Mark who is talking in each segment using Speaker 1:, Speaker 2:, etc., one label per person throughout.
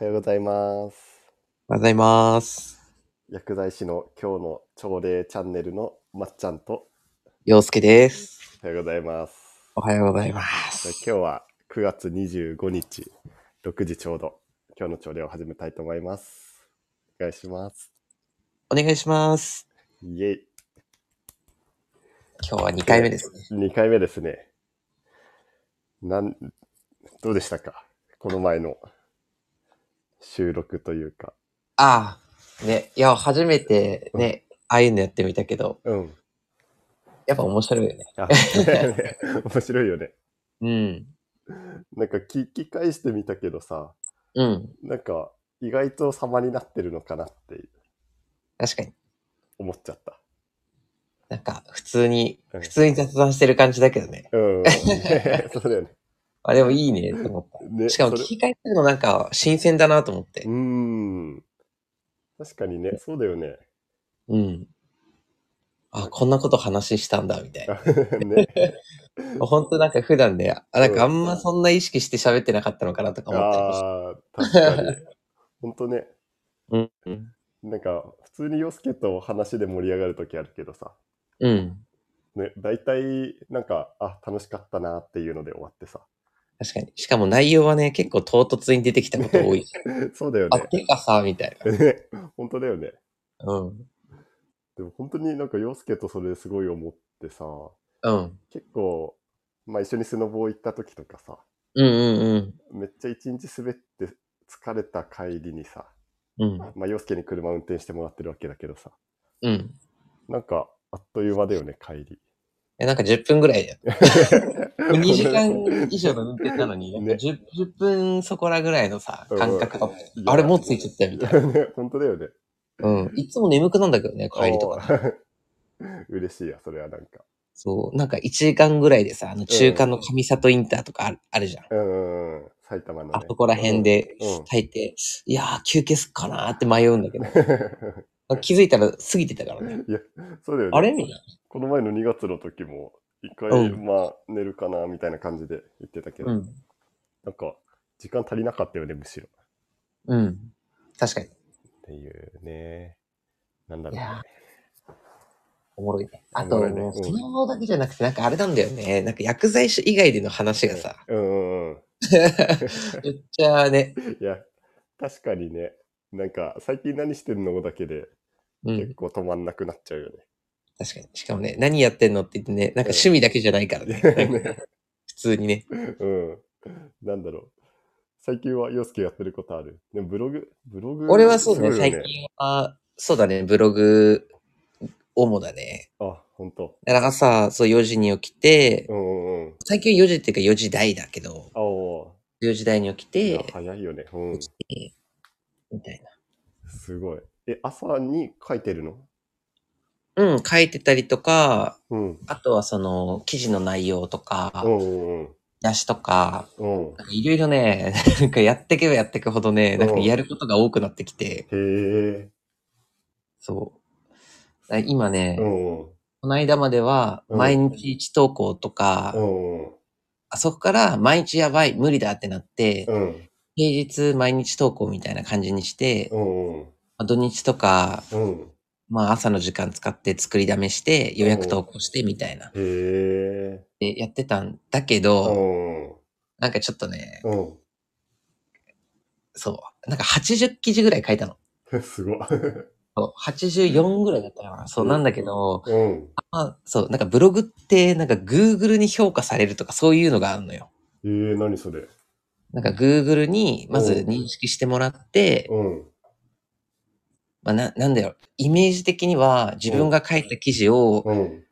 Speaker 1: おはようございます。
Speaker 2: おはようございます。
Speaker 1: 薬剤師の今日の朝礼チャンネルのまっちゃんと
Speaker 2: 陽介です。
Speaker 1: おはようございます。
Speaker 2: おはようございます。
Speaker 1: 今日は9月25日6時ちょうど今日の朝礼を始めたいと思います。お願いします。
Speaker 2: お願いします。
Speaker 1: イエイ。
Speaker 2: 今日は2回目ですね。
Speaker 1: 2回目ですね。なん、どうでしたかこの前の収録というか。
Speaker 2: ああ、ね、いや、初めてね、ああいうのやってみたけど、
Speaker 1: うん。
Speaker 2: やっぱ面白いよね。
Speaker 1: あ面白いよね。
Speaker 2: うん。
Speaker 1: なんか聞き返してみたけどさ、
Speaker 2: うん。
Speaker 1: なんか意外と様になってるのかなって
Speaker 2: 確かに。
Speaker 1: 思っちゃった。
Speaker 2: なんか、普通に、
Speaker 1: うん
Speaker 2: 普通に雑談してる感じだけどね。
Speaker 1: うん。そうだよね。
Speaker 2: あ、でもいいね、と思っ
Speaker 1: ね
Speaker 2: た。しか
Speaker 1: そ
Speaker 2: も
Speaker 1: れ
Speaker 2: 聞き返すのなんか、新鮮だなと思って
Speaker 1: う。ーん。確かにね、そうだよね。
Speaker 2: うん。あ、こんなこと話したんだ、みたいな。
Speaker 1: ね。
Speaker 2: 本当なんか普段で、あ、なんかあんまそんな意識して喋ってなかったのかなとか思ったりもして。
Speaker 1: ああ、確かに。ほんとね、
Speaker 2: うん。
Speaker 1: なんか普通に洋介と話で盛り上がるときあるけどさ、
Speaker 2: うん。
Speaker 1: ね、大体なんか、あ、楽しかったなっていうので終わってさ。
Speaker 2: 確かに。しかも内容はね、結構唐突に出てきたこと多い。
Speaker 1: そうだよ
Speaker 2: あ、てかさ、みたいな。
Speaker 1: ね。ねほんとだよね。
Speaker 2: うん。
Speaker 1: でも本当になんか洋介とそれすごい思ってさ、
Speaker 2: うん。
Speaker 1: 結構、まあ一緒にスノボー行った時とかさ、
Speaker 2: うんうん
Speaker 1: めっちゃ一日滑って疲れた帰りにさ、
Speaker 2: うん。うん。
Speaker 1: まあ洋介に車運転してもらってるわけだけどさ、
Speaker 2: うん。
Speaker 1: なんかあっという間だよね、帰 り。
Speaker 2: え、なんか10分ぐらいだよ。2時 間以上の運転なのに、
Speaker 1: ね
Speaker 2: なんか 10, 10分そこらぐらいのさ、感覚だった
Speaker 1: うん
Speaker 2: あれもうついちゃったよみたいな。
Speaker 1: ね 本当だよね。
Speaker 2: うん。いつも眠くなんだけどね、帰りとか。
Speaker 1: か。 嬉しいや、それはなんか。
Speaker 2: そう。なんか1時間ぐらいでさ、あの中間の上里インターとかあるあるじゃん。
Speaker 1: うんうんうん、埼玉のね。
Speaker 2: あそこら辺で
Speaker 1: うん。うん
Speaker 2: 入って、いやー、休憩すっかなーって迷うんだけ ど、気づいたら過ぎてたからね。
Speaker 1: いや、 そうだよね。
Speaker 2: あれみたいな。
Speaker 1: この前の2月の時も、一回、
Speaker 2: うん
Speaker 1: まあ、寝るかな、みたいな感じで言ってたけど、
Speaker 2: うん。
Speaker 1: なんか、時間足りなかったよね、むしろ。
Speaker 2: うん。確かに。
Speaker 1: っていうね。なんだろう
Speaker 2: いや
Speaker 1: ね。
Speaker 2: おもろいね。あ
Speaker 1: お
Speaker 2: と、
Speaker 1: もろいね
Speaker 2: もう
Speaker 1: うん
Speaker 2: スノボだけじゃなくて、なんかあれなんだよね。なんか薬剤師以外での話がさ、
Speaker 1: うんうんうん。
Speaker 2: めっちゃね、
Speaker 1: いや、確かにね、なんか、最近何してんのだけで、
Speaker 2: う
Speaker 1: 結
Speaker 2: ん、
Speaker 1: 構止まんなくなっちゃうよ
Speaker 2: 確かに。しかもね、何やってんのって言ってね、なんか趣味だけじゃないからね。なんか
Speaker 1: ね。
Speaker 2: 普通にね。
Speaker 1: うん。なんだろう。最近は、洋介やってることある。でも、ブログ、ブログ、
Speaker 2: 俺はそう
Speaker 1: ごいよ
Speaker 2: ね、最近は、そうだね、ブログ、主だね。
Speaker 1: あ、ほんと。
Speaker 2: だから朝、そう4時に起きて
Speaker 1: う、んうんうん。
Speaker 2: 最近4時っていうか4時台だけど、
Speaker 1: あお
Speaker 2: 4時台に起き
Speaker 1: ーいや
Speaker 2: て、
Speaker 1: 早いよね。うん。
Speaker 2: みたいな。
Speaker 1: すごい。え、朝に書いてるの
Speaker 2: うん、書いてたりとか、
Speaker 1: うん。
Speaker 2: あとはその、記事の内容とか
Speaker 1: う、ん
Speaker 2: 出しとか、
Speaker 1: うんうん。うん。
Speaker 2: なんかいろいろね、 なんかやってけばやってくほどね、なんか
Speaker 1: うん
Speaker 2: やることが多くなってきて、
Speaker 1: へえ。
Speaker 2: そう。だから今ね、
Speaker 1: うんうん。
Speaker 2: この間までは、
Speaker 1: うん
Speaker 2: 毎日1投稿とか、
Speaker 1: うんうん。
Speaker 2: あそこから毎日やばい、無理だってなって、
Speaker 1: うん。
Speaker 2: 平日毎日投稿みたいな感じにして、
Speaker 1: うんうん。
Speaker 2: まあ土日とか、
Speaker 1: うん。
Speaker 2: まあ朝の時間使って作りだめして、予約投稿してみたいな、
Speaker 1: へえ。
Speaker 2: でやってたんだけ
Speaker 1: う
Speaker 2: ど、
Speaker 1: ん。
Speaker 2: なんかちょっとね、
Speaker 1: うん。
Speaker 2: そう、なんか80記事ぐらい書いたの。
Speaker 1: すごい。
Speaker 2: そう84ぐらいだったかな。そう、
Speaker 1: うん
Speaker 2: なんだけど、
Speaker 1: うん。
Speaker 2: まあ、そう、なんかブログって、なんか Google に評価されるとかそういうのがあるのよ。
Speaker 1: えー、何それ。
Speaker 2: なんか Google にまず
Speaker 1: うん
Speaker 2: 認識してもらって、
Speaker 1: うん。
Speaker 2: まあな、なんだよ、イメージ的には自分が書いた記事を、
Speaker 1: うん。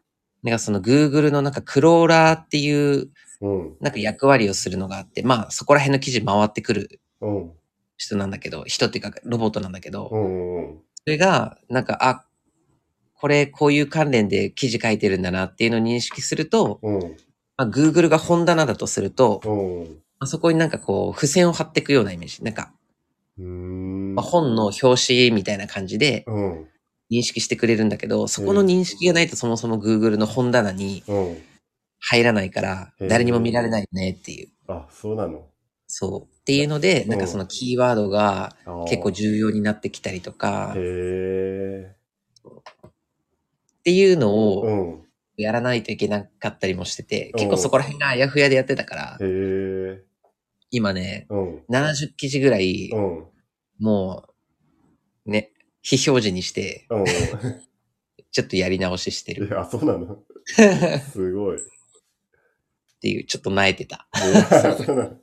Speaker 2: なんかその Google のなんかクローラーっていう、
Speaker 1: うん。
Speaker 2: なんか役割をするのがあって、まあそこら辺の記事回ってくる
Speaker 1: うん。
Speaker 2: 人なんだけど、人っていうかロボットなんだけど、
Speaker 1: うん。うん。
Speaker 2: それが、なんか、あ、これこういう関連で記事書いてるんだなっていうのを認識すると、
Speaker 1: うん。
Speaker 2: まあ、Google が本棚だとすると、
Speaker 1: うん。
Speaker 2: まあ、そこになんかこう、付箋を貼っていくようなイメージ。なんか、
Speaker 1: うーん。
Speaker 2: まあ、本の表紙みたいな感じで
Speaker 1: うん。
Speaker 2: 認識してくれるんだけど、そこの認識がないとそもそも Google の本棚に
Speaker 1: うん。
Speaker 2: 入らないから、
Speaker 1: へー
Speaker 2: 誰にも見られないよねっていう。
Speaker 1: あ、そうなの。
Speaker 2: そう。っていうので、
Speaker 1: ん
Speaker 2: なんかそのキーワードが結構
Speaker 1: じ
Speaker 2: 重要になってきたりとか、っ
Speaker 1: へえ。
Speaker 2: ていうの
Speaker 1: う
Speaker 2: を
Speaker 1: ん。
Speaker 2: やらないといけなかったりもしてて、
Speaker 1: うん
Speaker 2: 結構そこら辺があやふやでやってたから
Speaker 1: へ、え。
Speaker 2: 今ね、
Speaker 1: うん。
Speaker 2: 70記事ぐらい
Speaker 1: うん。う、ん。
Speaker 2: もう、ね、非表示にして、 ちょっとやり直ししてる
Speaker 1: いや、そうな のすごい。い
Speaker 2: っていう、ちょっと泣いてた。
Speaker 1: やそうなの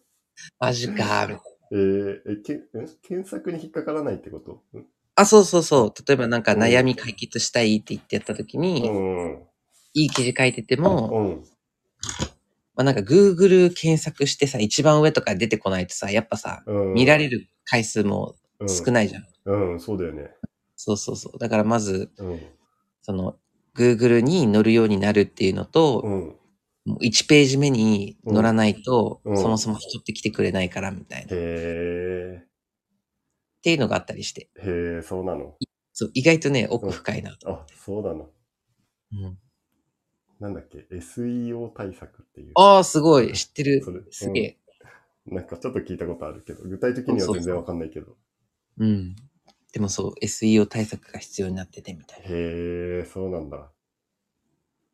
Speaker 2: マジか。
Speaker 1: えー、えけん検索に引っかからないってことうん
Speaker 2: あ、そうそうそう。例えばなんか悩み解決したいって言ってやった時に、
Speaker 1: うん。
Speaker 2: いい記事書いてても、
Speaker 1: うん。
Speaker 2: まあなんか Google 検索してさ、一番上とか出てこないとさ、やっぱさ、
Speaker 1: うん、
Speaker 2: 見られる回数も
Speaker 1: うん
Speaker 2: 少ないじゃん。
Speaker 1: うん、そうだよね。
Speaker 2: そうそうそう。だからまず、
Speaker 1: うん。
Speaker 2: その、Google に載るようになるっていうの
Speaker 1: う
Speaker 2: と、
Speaker 1: ん。
Speaker 2: もう1ページ目に載らないと、
Speaker 1: うん
Speaker 2: そもそも人って来てくれないからみたいな。っ
Speaker 1: へ
Speaker 2: ていうのがあったりして。
Speaker 1: え。へえ、そうなの。
Speaker 2: そう、意外とね、奥深いなと。
Speaker 1: あ、そうだな。
Speaker 2: うん、
Speaker 1: なんだっけ ?SEO 対策っていう。
Speaker 2: ああ、すごい。知ってる
Speaker 1: それ。
Speaker 2: すげえ。
Speaker 1: なんかちょっと聞いたことあるけど、具体的には全然わかんないけど。
Speaker 2: うん。でもそう、SEO 対策が必要になっててみたいな。っ
Speaker 1: へえ、そうなんだ。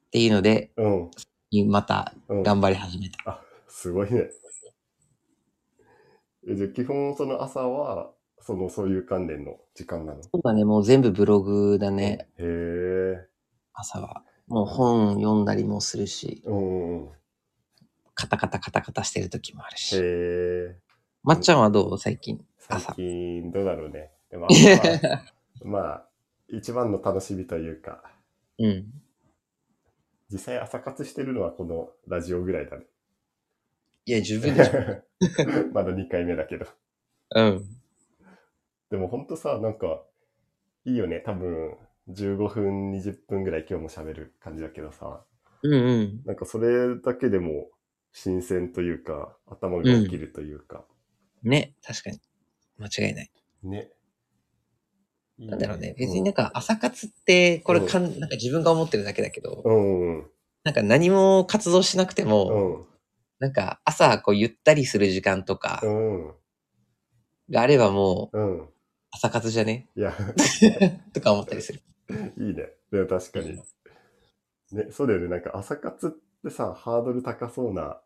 Speaker 2: ていうので、
Speaker 1: うん。
Speaker 2: また
Speaker 1: うん、
Speaker 2: 頑張り始めた。
Speaker 1: すごいね。えじゃあ基本その朝は、その、そういう関連の時間なの。
Speaker 2: そうだね、もう全部ブログだね、
Speaker 1: へえ。
Speaker 2: 朝は。もう本読んだりもするし、
Speaker 1: うんうんうん。
Speaker 2: カタカタカタカタしてる時もある
Speaker 1: へ
Speaker 2: し。
Speaker 1: え。
Speaker 2: まっちゃんはどう最近。
Speaker 1: 最
Speaker 2: 朝
Speaker 1: 近、どうだろうね。で も、朝はまあ、一番の楽しみというか、
Speaker 2: うん。
Speaker 1: 実際朝活してるのはこのラジオぐらいだ ね。
Speaker 2: いや、自分でしょ。
Speaker 1: まだ2回目だけど。
Speaker 2: うん。
Speaker 1: でもほんとさ、なんか、いいよね。多分、15分、20分ぐらい今日も喋る感じだけどさ、
Speaker 2: うんうん。
Speaker 1: なんかそれだけでも新鮮というか、頭が起きるというか、
Speaker 2: ね、確かに。間違いない。
Speaker 1: ね。いい
Speaker 2: なんだろうね。別になんか朝活って、これかん、なんか自分が思ってるだけだけど、
Speaker 1: うん、うん、
Speaker 2: なんか何も活動しなくても、
Speaker 1: うん、
Speaker 2: なんか朝こうゆったりする時間とか
Speaker 1: うん、
Speaker 2: があればもう
Speaker 1: うん。
Speaker 2: 朝活じゃね
Speaker 1: いや、
Speaker 2: とか思ったりする。
Speaker 1: いいね。でも確かに。ね、そうだよね。なんか朝活ってさ、ハードル高そうな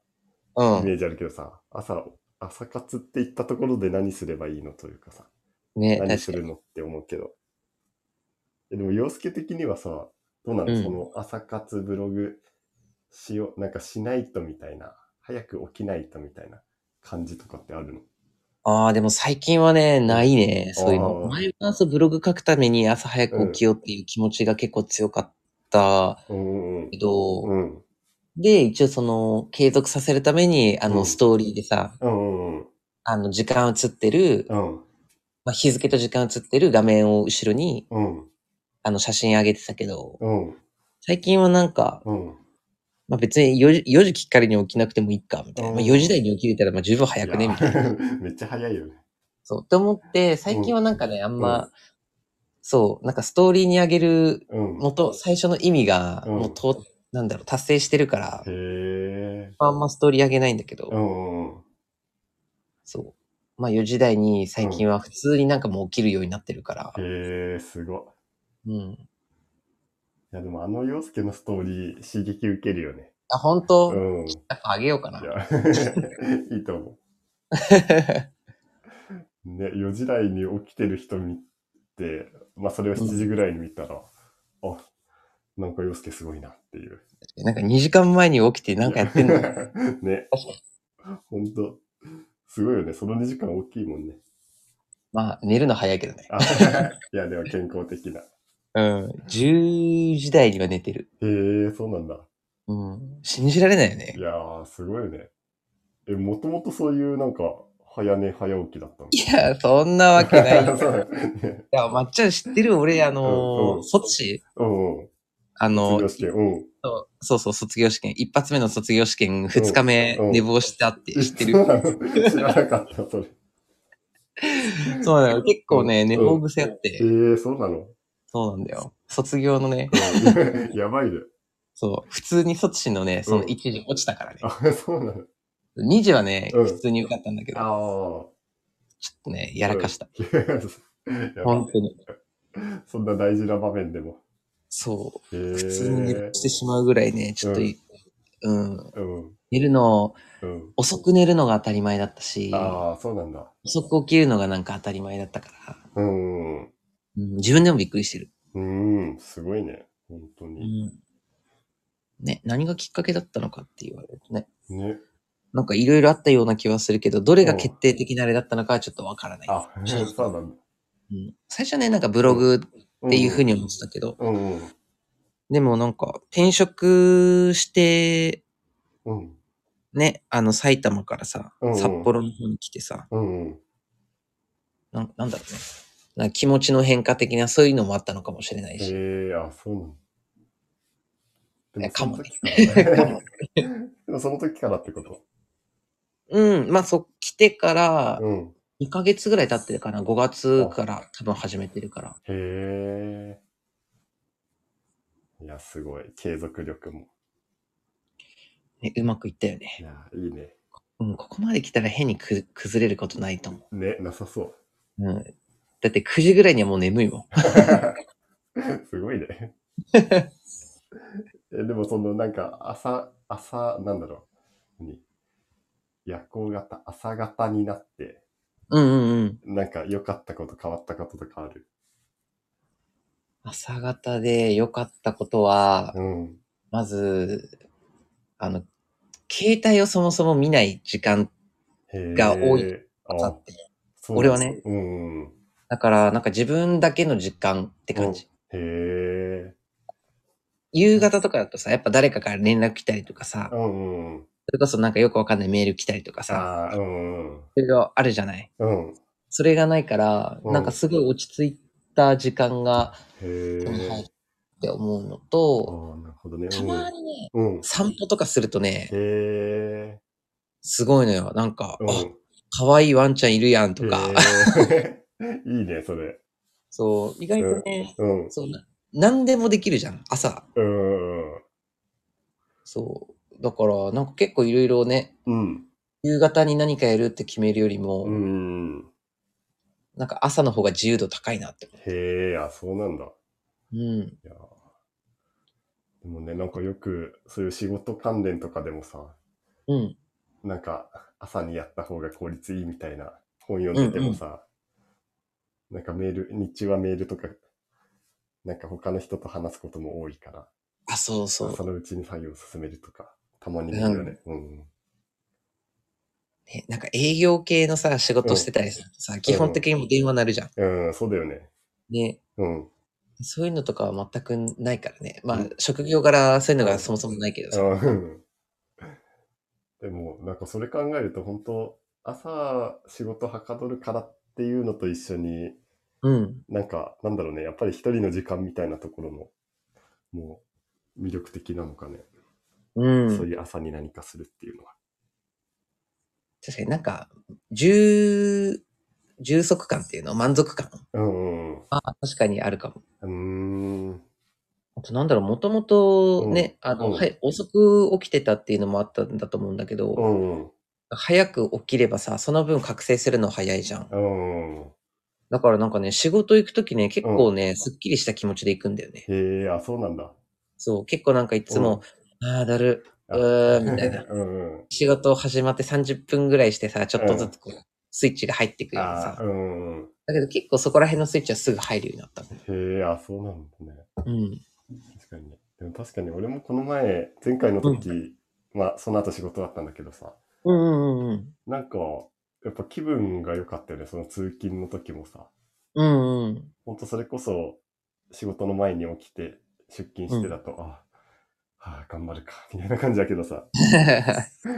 Speaker 2: う
Speaker 1: イ
Speaker 2: ん。
Speaker 1: メージあるけどさ、朝、朝活って言ったところで何すればいいのというかさ、
Speaker 2: ね、
Speaker 1: 何
Speaker 2: 確
Speaker 1: す
Speaker 2: かに。
Speaker 1: るのって思うけど。えでも、洋介的にはさ、どうなの、
Speaker 2: うん
Speaker 1: その朝活ブログしよう、なんかしないとみたいな、早く起きないとみたいな感じとかってあるの
Speaker 2: ああ、でも最近はね、ないね。そういう
Speaker 1: あ
Speaker 2: の。
Speaker 1: ー
Speaker 2: 毎朝ブログ書くために朝早く起きようっていう気持ちが結構強かった
Speaker 1: うんうん
Speaker 2: けど、
Speaker 1: うん。
Speaker 2: で、一応その継続させるために、あ
Speaker 1: う
Speaker 2: の
Speaker 1: ん
Speaker 2: ストーリーでさ、
Speaker 1: うんうんうん。
Speaker 2: あの時間映ってる、
Speaker 1: うん。
Speaker 2: まあ、日付と時間映ってる画面を後ろに、
Speaker 1: うん。
Speaker 2: あの写真上げてたけど、
Speaker 1: うん。
Speaker 2: 最近はなんか、
Speaker 1: うん。
Speaker 2: まあ別に4時 ,4 時きっかりに起きなくてもいいか、みたいな。
Speaker 1: うん
Speaker 2: まあ4時台に起きれたらまあ十分早く
Speaker 1: い
Speaker 2: ね、
Speaker 1: や
Speaker 2: みたいな。
Speaker 1: めっちゃ早いよね。
Speaker 2: そう。って思って、最近はなんかね、あんま、そう、なんかストーリーに上げる
Speaker 1: うん。
Speaker 2: 元、最初の意味が、
Speaker 1: うん
Speaker 2: もうと、なんだろう、達成してるから、
Speaker 1: へえ。
Speaker 2: あんまストーリー上げないんだけど、
Speaker 1: うんうんうん。
Speaker 2: そう。まあ4時台に最近は普通になんかもう起きるようになってるから、
Speaker 1: へえ、すごい。
Speaker 2: うん。
Speaker 1: いや、でもあの洋介のストーリー刺激受けるよね。
Speaker 2: あ、本当、
Speaker 1: うん。い
Speaker 2: なんかあげようかな。
Speaker 1: や、 いいと思う。ね、4時台に起きてる人見て、まあそれを7時ぐらいに見たら、あ、なんか洋介すごいなっていう。
Speaker 2: なんか2時間前に起きてなんかやってんの
Speaker 1: ね。ほんと。すごいよね。その2時間大きいもんね。
Speaker 2: まあ寝るの早いけどね。
Speaker 1: あいや、でも健康的な。
Speaker 2: うん。10時台には寝てる。
Speaker 1: へえ、そうなんだ。
Speaker 2: うん。信じられないよね
Speaker 1: い。やー、すごいよね。え、もともとそういうなんか、早寝早起きだったの
Speaker 2: いや、そんなわけ ない。い
Speaker 1: そうね
Speaker 2: や、まっちゃん知ってる俺、あのー
Speaker 1: うんうん
Speaker 2: 卒試
Speaker 1: うんうん。
Speaker 2: あの
Speaker 1: 卒業試験、うん。
Speaker 2: そうそうそう、卒業試験。一発目の卒業試験、二日目、
Speaker 1: うん
Speaker 2: 寝坊したって 知って
Speaker 1: そう
Speaker 2: る。
Speaker 1: なの知らなかった、 それ。
Speaker 2: そうなの。結構ね、
Speaker 1: うん
Speaker 2: 寝坊癖あっ
Speaker 1: え
Speaker 2: て。
Speaker 1: ー、そうなの
Speaker 2: そうなんだよ。卒業のね、
Speaker 1: やばいで。
Speaker 2: そう、普通に卒試のね、その
Speaker 1: うん
Speaker 2: 一時落ちたからね。
Speaker 1: あ、そうなの。
Speaker 2: 2時はね、
Speaker 1: うん
Speaker 2: 普通に受かったんだけど、
Speaker 1: ああ。
Speaker 2: ちょっとね、やらかした。
Speaker 1: いややば
Speaker 2: 本当に。
Speaker 1: そんな大事な場面でも。
Speaker 2: そう。
Speaker 1: へ
Speaker 2: 普
Speaker 1: 普
Speaker 2: 通に寝坊してしまうぐらいね、ちょっとい、うん。
Speaker 1: うん。
Speaker 2: 寝るの、
Speaker 1: うん。
Speaker 2: 遅く寝るのが当たり前だったし、
Speaker 1: ああ、そうなんだ。
Speaker 2: 遅く起きるのがなんか当たり前だったから、
Speaker 1: うん。う
Speaker 2: うん、自分でもびっくりしてる。
Speaker 1: ーん、すごいね。本当
Speaker 2: う
Speaker 1: に。
Speaker 2: ん。ね、何がきっかけだったのかって言われるとね。
Speaker 1: ね。
Speaker 2: なんかいろいろあったような気はするけど、どれが決定的なあれだったのかはちょっとわからない。
Speaker 1: あ、
Speaker 2: そ う
Speaker 1: そうなんだ。
Speaker 2: うん最初ね、なんかブログっ
Speaker 1: うん
Speaker 2: ていうふうに思ってたけど、
Speaker 1: うん。うん。
Speaker 2: でもなんか転職して、
Speaker 1: うん。
Speaker 2: ね、あの埼玉からさ、
Speaker 1: うんうん
Speaker 2: 札幌の方に来てさ、
Speaker 1: うん。
Speaker 2: なんなんだろうね。なんか気持ちの変化的なそういうのもあったのかもしれない
Speaker 1: え
Speaker 2: し。
Speaker 1: えあ、そうなんだ。
Speaker 2: いやかもね
Speaker 1: その時から でもその時からってこと
Speaker 2: うん、まあそう、来てから
Speaker 1: うん。
Speaker 2: 2ヶ月ぐらい経ってるかな、5月から多分始めてるから。
Speaker 1: へえ。いや、すごい。継続力も。
Speaker 2: ね、うまくいったよね。
Speaker 1: いや、いいね。
Speaker 2: うん、ここまで来たら変にく崩れることないと思う。
Speaker 1: ね、なさそう。
Speaker 2: うん。だって9時ぐらいにはもう眠いもん。
Speaker 1: すごいね。えでもそのなんか朝、朝、なんだろう。に夜行型、朝型になって、
Speaker 2: うんうんうん。
Speaker 1: なんか良かったこと、変わったこととかある。
Speaker 2: 朝方で良かったことは、
Speaker 1: うん。
Speaker 2: まず、あの、携帯をそもそも見ない時間
Speaker 1: へー
Speaker 2: が多い。だ
Speaker 1: あ
Speaker 2: って。
Speaker 1: そう
Speaker 2: 俺はね。
Speaker 1: うんうん。
Speaker 2: だから、なんか自分だけの時間って感じ。
Speaker 1: へえ。
Speaker 2: 夕方とかだとさ、やっぱ誰かから連絡来たりとかさ、
Speaker 1: う
Speaker 2: そ
Speaker 1: んうん。
Speaker 2: れこそなんかよくわかんないメール来たりとかさ、
Speaker 1: ああ、うんうん。
Speaker 2: いろいろあるじゃない。
Speaker 1: うん。
Speaker 2: それがないから、
Speaker 1: うん
Speaker 2: なんかすごい落ち着いた時間が
Speaker 1: へえ。
Speaker 2: 手に入る
Speaker 1: あ
Speaker 2: って思うのと、
Speaker 1: あ、なるほどね。
Speaker 2: たまにね、
Speaker 1: うん。うん。へ
Speaker 2: 散歩とかするとね、
Speaker 1: え。
Speaker 2: すごいのよ。なんか、
Speaker 1: うん。
Speaker 2: あ、可愛いワンちゃんいるやんとか。
Speaker 1: へー いいね、それ。
Speaker 2: そう、意外とね、
Speaker 1: うん。
Speaker 2: そうな、何でもできるじゃん、朝。
Speaker 1: うん。
Speaker 2: そう。だから、なんか結構いろいろね、
Speaker 1: うん。
Speaker 2: 夕方に何かやるって決めるよりも、
Speaker 1: うん。
Speaker 2: なんか朝の方が自由度高いなって思。
Speaker 1: へえ、あ、そうなんだ。いう
Speaker 2: うん。
Speaker 1: やでもね、なんかよく、そういう仕事関連とかでもさ、
Speaker 2: うん。
Speaker 1: なんか、朝にやった方が効率いいみたいな本読んでてもさ、なんかメール、日中はメールとか、なんか他の人と話すことも多いから、
Speaker 2: あ、そうそ。
Speaker 1: そうのうちに作業を進めるとか、たまに見るよね。うん。
Speaker 2: ね、なんか営業系のさ、仕事してたりするとさ、基本的にもう電話なるじゃん。
Speaker 1: うん、そうだよね。
Speaker 2: ね。
Speaker 1: うん。
Speaker 2: そういうのとかは全くないからね。まあ、
Speaker 1: うん
Speaker 2: 職業柄そういうのがそもそもないけどさ。
Speaker 1: うん でも、なんかそれ考えると、本当朝仕事はかどるからっていうのと一緒に、
Speaker 2: うん。
Speaker 1: なんか、なんだろうね、やっぱり一人の時間みたいなところも、もう、魅力的なのかね、
Speaker 2: うん。
Speaker 1: そういう朝に何かするっていうのは。
Speaker 2: 確かになんか、充、充足感っていうの満足感
Speaker 1: うんうん
Speaker 2: あ確かにあるかも。
Speaker 1: うん。うーん。
Speaker 2: あとなんだろう、もともとね、あ
Speaker 1: う
Speaker 2: の、
Speaker 1: ん
Speaker 2: はい、遅く起きてたっていうのもあったんだと思うんだけど、
Speaker 1: うんうん。
Speaker 2: 早く起きればさ、その分覚醒するの早いじゃん。
Speaker 1: うんうん。
Speaker 2: だからなんかね、仕事行くときね、結構ね、すっきりした気持ちで行くんだよね。
Speaker 1: へえ、あ、そうなんだ。
Speaker 2: そう、結構なんかいつも、ああ、だる、
Speaker 1: あ
Speaker 2: うーんみたいな
Speaker 1: うんうん。
Speaker 2: 仕事始まって30分ぐらいしてさ、ちょっとずつこう、スイッチが入ってくるような
Speaker 1: あ
Speaker 2: さ。
Speaker 1: うんうん。
Speaker 2: だけど結構そこら辺のスイッチはすぐ入るようになった。
Speaker 1: へえ、あ、そうなんだね。
Speaker 2: うん。
Speaker 1: 確かに。でも確かに俺もこの前、前回の時、まあその後仕事だったんだけどさ、
Speaker 2: うんうんうん
Speaker 1: なんか、やっぱ気分が良かったよね、その通勤の時もさ。
Speaker 2: うん。うんうん。
Speaker 1: ほんとそれこそ、仕事の前に起きて、出勤してだと、あ、はあ、頑張るか、みたいな感じだけどさ、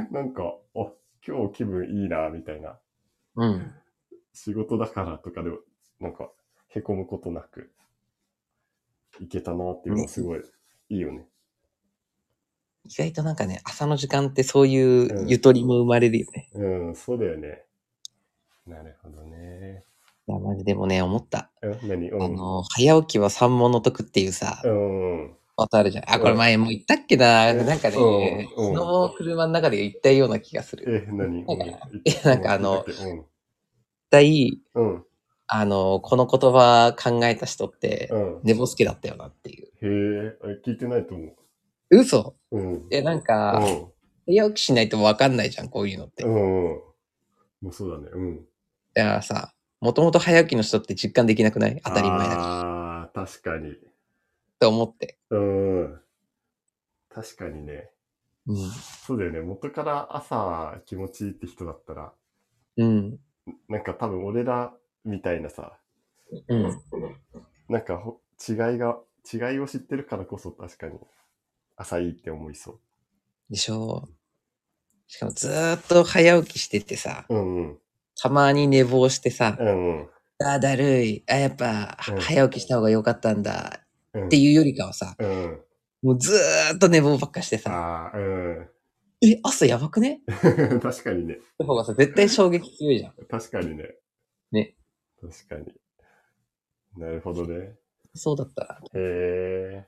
Speaker 1: なんか、あ、今日気分いいな、みたいな。
Speaker 2: うん。
Speaker 1: 仕事だからとかでも、なんか、へこむことなく、いけたなっていうのはすごい、いいよね。
Speaker 2: 意外となんかね、朝の時間ってそういううんゆとりも生まれるよね。
Speaker 1: うん、そうだよね。なるほどね。
Speaker 2: いや、マジでもね、思った。
Speaker 1: え何う
Speaker 2: あ
Speaker 1: ん。
Speaker 2: の、早起きは三文の徳っていうさ、
Speaker 1: うん。
Speaker 2: またあるじゃん。あ、これ前も言ったっけな。なんかね、
Speaker 1: うんうん
Speaker 2: その車の中で言ったような気がする。
Speaker 1: え、何
Speaker 2: なんか
Speaker 1: うん
Speaker 2: いやなんかあの
Speaker 1: うん
Speaker 2: 絶対、
Speaker 1: うん。
Speaker 2: あの、この言葉考えた人って
Speaker 1: う、ん。
Speaker 2: 寝ぼすけだったよなっていう。
Speaker 1: へえ、あれ聞いてないと思
Speaker 2: 嘘
Speaker 1: う。うん。
Speaker 2: え、なん
Speaker 1: う
Speaker 2: か、
Speaker 1: ん。
Speaker 2: 早起きしないとわかんないじゃん、こういうのって。
Speaker 1: う
Speaker 2: だか
Speaker 1: んうん。もうそうだね。うん。
Speaker 2: らさ、もともと早起きの人って実感できなくない当たり前だから。
Speaker 1: ああ、確かに。
Speaker 2: って思って。
Speaker 1: うん。確かにね。
Speaker 2: うん。
Speaker 1: そうだよね。元から朝気持ちいいって人だったら、
Speaker 2: うん。
Speaker 1: なんか多分俺らみたいなさ、
Speaker 2: うん。
Speaker 1: なんかほ違いが、違いを知ってるからこそ確かに朝いいって思いそ
Speaker 2: でしょしかもずーっと早起きしててさ、
Speaker 1: う。うんうん。
Speaker 2: たまに寝坊してさ、
Speaker 1: うんうん。
Speaker 2: あーだるい。あ、やっぱ、は
Speaker 1: うん
Speaker 2: 早起きした方が良かったんだ。
Speaker 1: うん
Speaker 2: っていうよりかはさ、
Speaker 1: うん。
Speaker 2: もうずーっと寝坊ばっかしてさ、
Speaker 1: ああ、うん。
Speaker 2: え、朝やばくね
Speaker 1: 確かにね。
Speaker 2: の方がさ、絶対衝撃強いじゃん。
Speaker 1: 確かにね。
Speaker 2: ね。
Speaker 1: 確かに。なるほどね。
Speaker 2: そうだったら。
Speaker 1: へえ。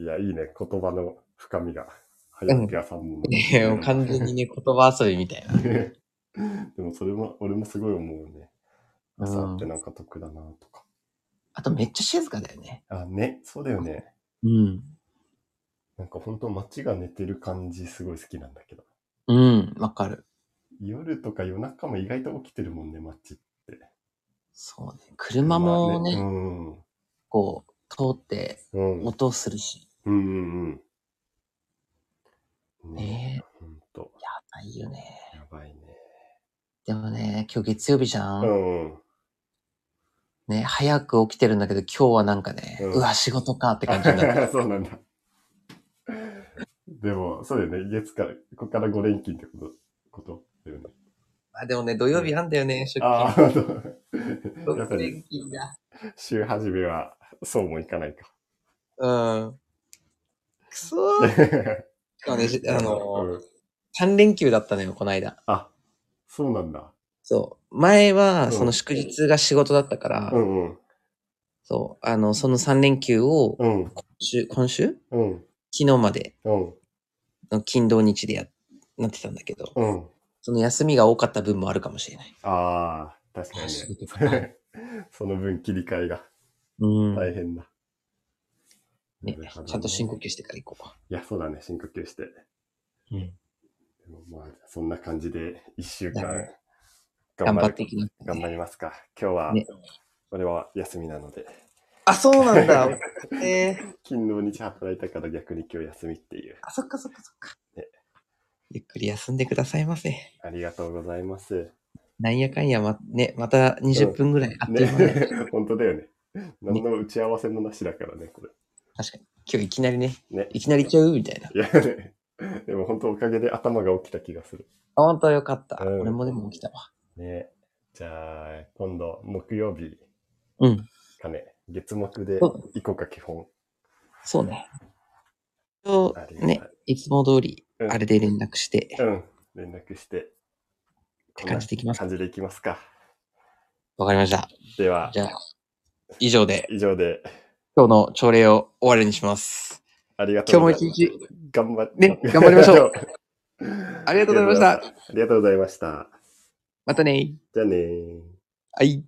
Speaker 1: いや、いいね。言葉の深みが。早起きが3問。
Speaker 2: いやもう完全にね、言葉遊びみたいな。
Speaker 1: でもそれも、俺もすごい思うね。
Speaker 2: うん
Speaker 1: 朝ってなんか得だなとか。
Speaker 2: あとめっちゃ静かだよね。
Speaker 1: あ、ね、そうだよね。
Speaker 2: うん。
Speaker 1: なんか本当街が寝てる感じすごい好きなんだけど。
Speaker 2: うん、わかる。
Speaker 1: 夜とか夜中も意外と起きてるもんね、街。
Speaker 2: そうね。車もね、
Speaker 1: うん。
Speaker 2: こう、通って
Speaker 1: うん。うん
Speaker 2: 音するし。
Speaker 1: うんうん。
Speaker 2: ねえ
Speaker 1: え。ほんと。
Speaker 2: やばいよね。
Speaker 1: やばいね。
Speaker 2: でもね、今日月曜日じゃ。
Speaker 1: うんん。
Speaker 2: ね、早く起きてるんだけど、今日はなんかね、
Speaker 1: う
Speaker 2: うんわ、仕事かって感じになっ て。
Speaker 1: そうなんだ。でも、そうだよね。月から、ここから5連勤ってこと、ことだよね。
Speaker 2: あでもね、土曜日あんだよね、出
Speaker 1: ああ、
Speaker 2: 勤。
Speaker 1: そうやっぱ
Speaker 2: 6
Speaker 1: り
Speaker 2: 連勤だ。
Speaker 1: 週始めは、そうもいかないか。
Speaker 2: うん。くそー。しかもね、しあの、
Speaker 1: うん
Speaker 2: 3連休だったのよ、この間。
Speaker 1: あ、そうなんだ。
Speaker 2: そう。前
Speaker 1: う
Speaker 2: は、
Speaker 1: ん
Speaker 2: その祝日が仕事だったから、
Speaker 1: うんうん。
Speaker 2: そう、あの、その3連休を、
Speaker 1: うん。
Speaker 2: 今週、今週
Speaker 1: うん。
Speaker 2: 昨日まで
Speaker 1: うん。
Speaker 2: の金土日でや、なってたんだけど、
Speaker 1: うん。
Speaker 2: その休みが多かった分もあるかもしれない。
Speaker 1: ああ、確か
Speaker 2: 仕事
Speaker 1: に
Speaker 2: か
Speaker 1: ね。 その分切り替えが
Speaker 2: うん。
Speaker 1: 大変だ。
Speaker 2: ね
Speaker 1: なるほどね
Speaker 2: ちゃんと深呼吸してから行こ
Speaker 1: いや、そうだね。深呼吸して。
Speaker 2: う。うん。
Speaker 1: でもまあ、そんな感じで、一週
Speaker 2: だ
Speaker 1: 間
Speaker 2: ね、頑張ってい
Speaker 1: る
Speaker 2: きます、
Speaker 1: 頑張りますか。今日は、
Speaker 2: ね
Speaker 1: 俺は休みなので、
Speaker 2: あ、そうなんだ。えー、
Speaker 1: 勤労日働いたから逆に今日休みっていう。
Speaker 2: あ、そっかそっかそっか
Speaker 1: ね。
Speaker 2: ゆっくり休んでくださいませ。
Speaker 1: ありがとうございます。
Speaker 2: なんやかんやま、ね、また20分ぐらいあっという間ね。
Speaker 1: ね、本当だよね。何の打ち合わせもなしだからね、こ
Speaker 2: 確かに。今日いきなりね、
Speaker 1: れ。ね。
Speaker 2: いきなり行っちゃうみたいな。あ、
Speaker 1: いやね。でも本当おかげで頭が起きた気がする。
Speaker 2: ほんとよかった。
Speaker 1: うん
Speaker 2: 俺もでも起きたわ。
Speaker 1: ね。じゃあ、今度、木曜日
Speaker 2: うん。
Speaker 1: かね。月木で
Speaker 2: そ
Speaker 1: 行こうか、基本。
Speaker 2: そうね。と
Speaker 1: あり、がたい
Speaker 2: ね、いつも通り、
Speaker 1: うん
Speaker 2: あれで連絡して、っ
Speaker 1: うん。連絡して。
Speaker 2: て感じでいきます。
Speaker 1: 感じでいきますか。
Speaker 2: わかりました。
Speaker 1: では
Speaker 2: じ、ゃあ、以上で、
Speaker 1: 以上で、
Speaker 2: 今日の朝礼を終わりにします。
Speaker 1: ありがと
Speaker 2: 今
Speaker 1: う
Speaker 2: 日
Speaker 1: ご
Speaker 2: も一
Speaker 1: ざいます。
Speaker 2: 日、
Speaker 1: 頑張っ
Speaker 2: ね、頑張りましょう。。ありがとうございました。
Speaker 1: ありがとうございました。
Speaker 2: またね。
Speaker 1: じゃあねー。
Speaker 2: はい。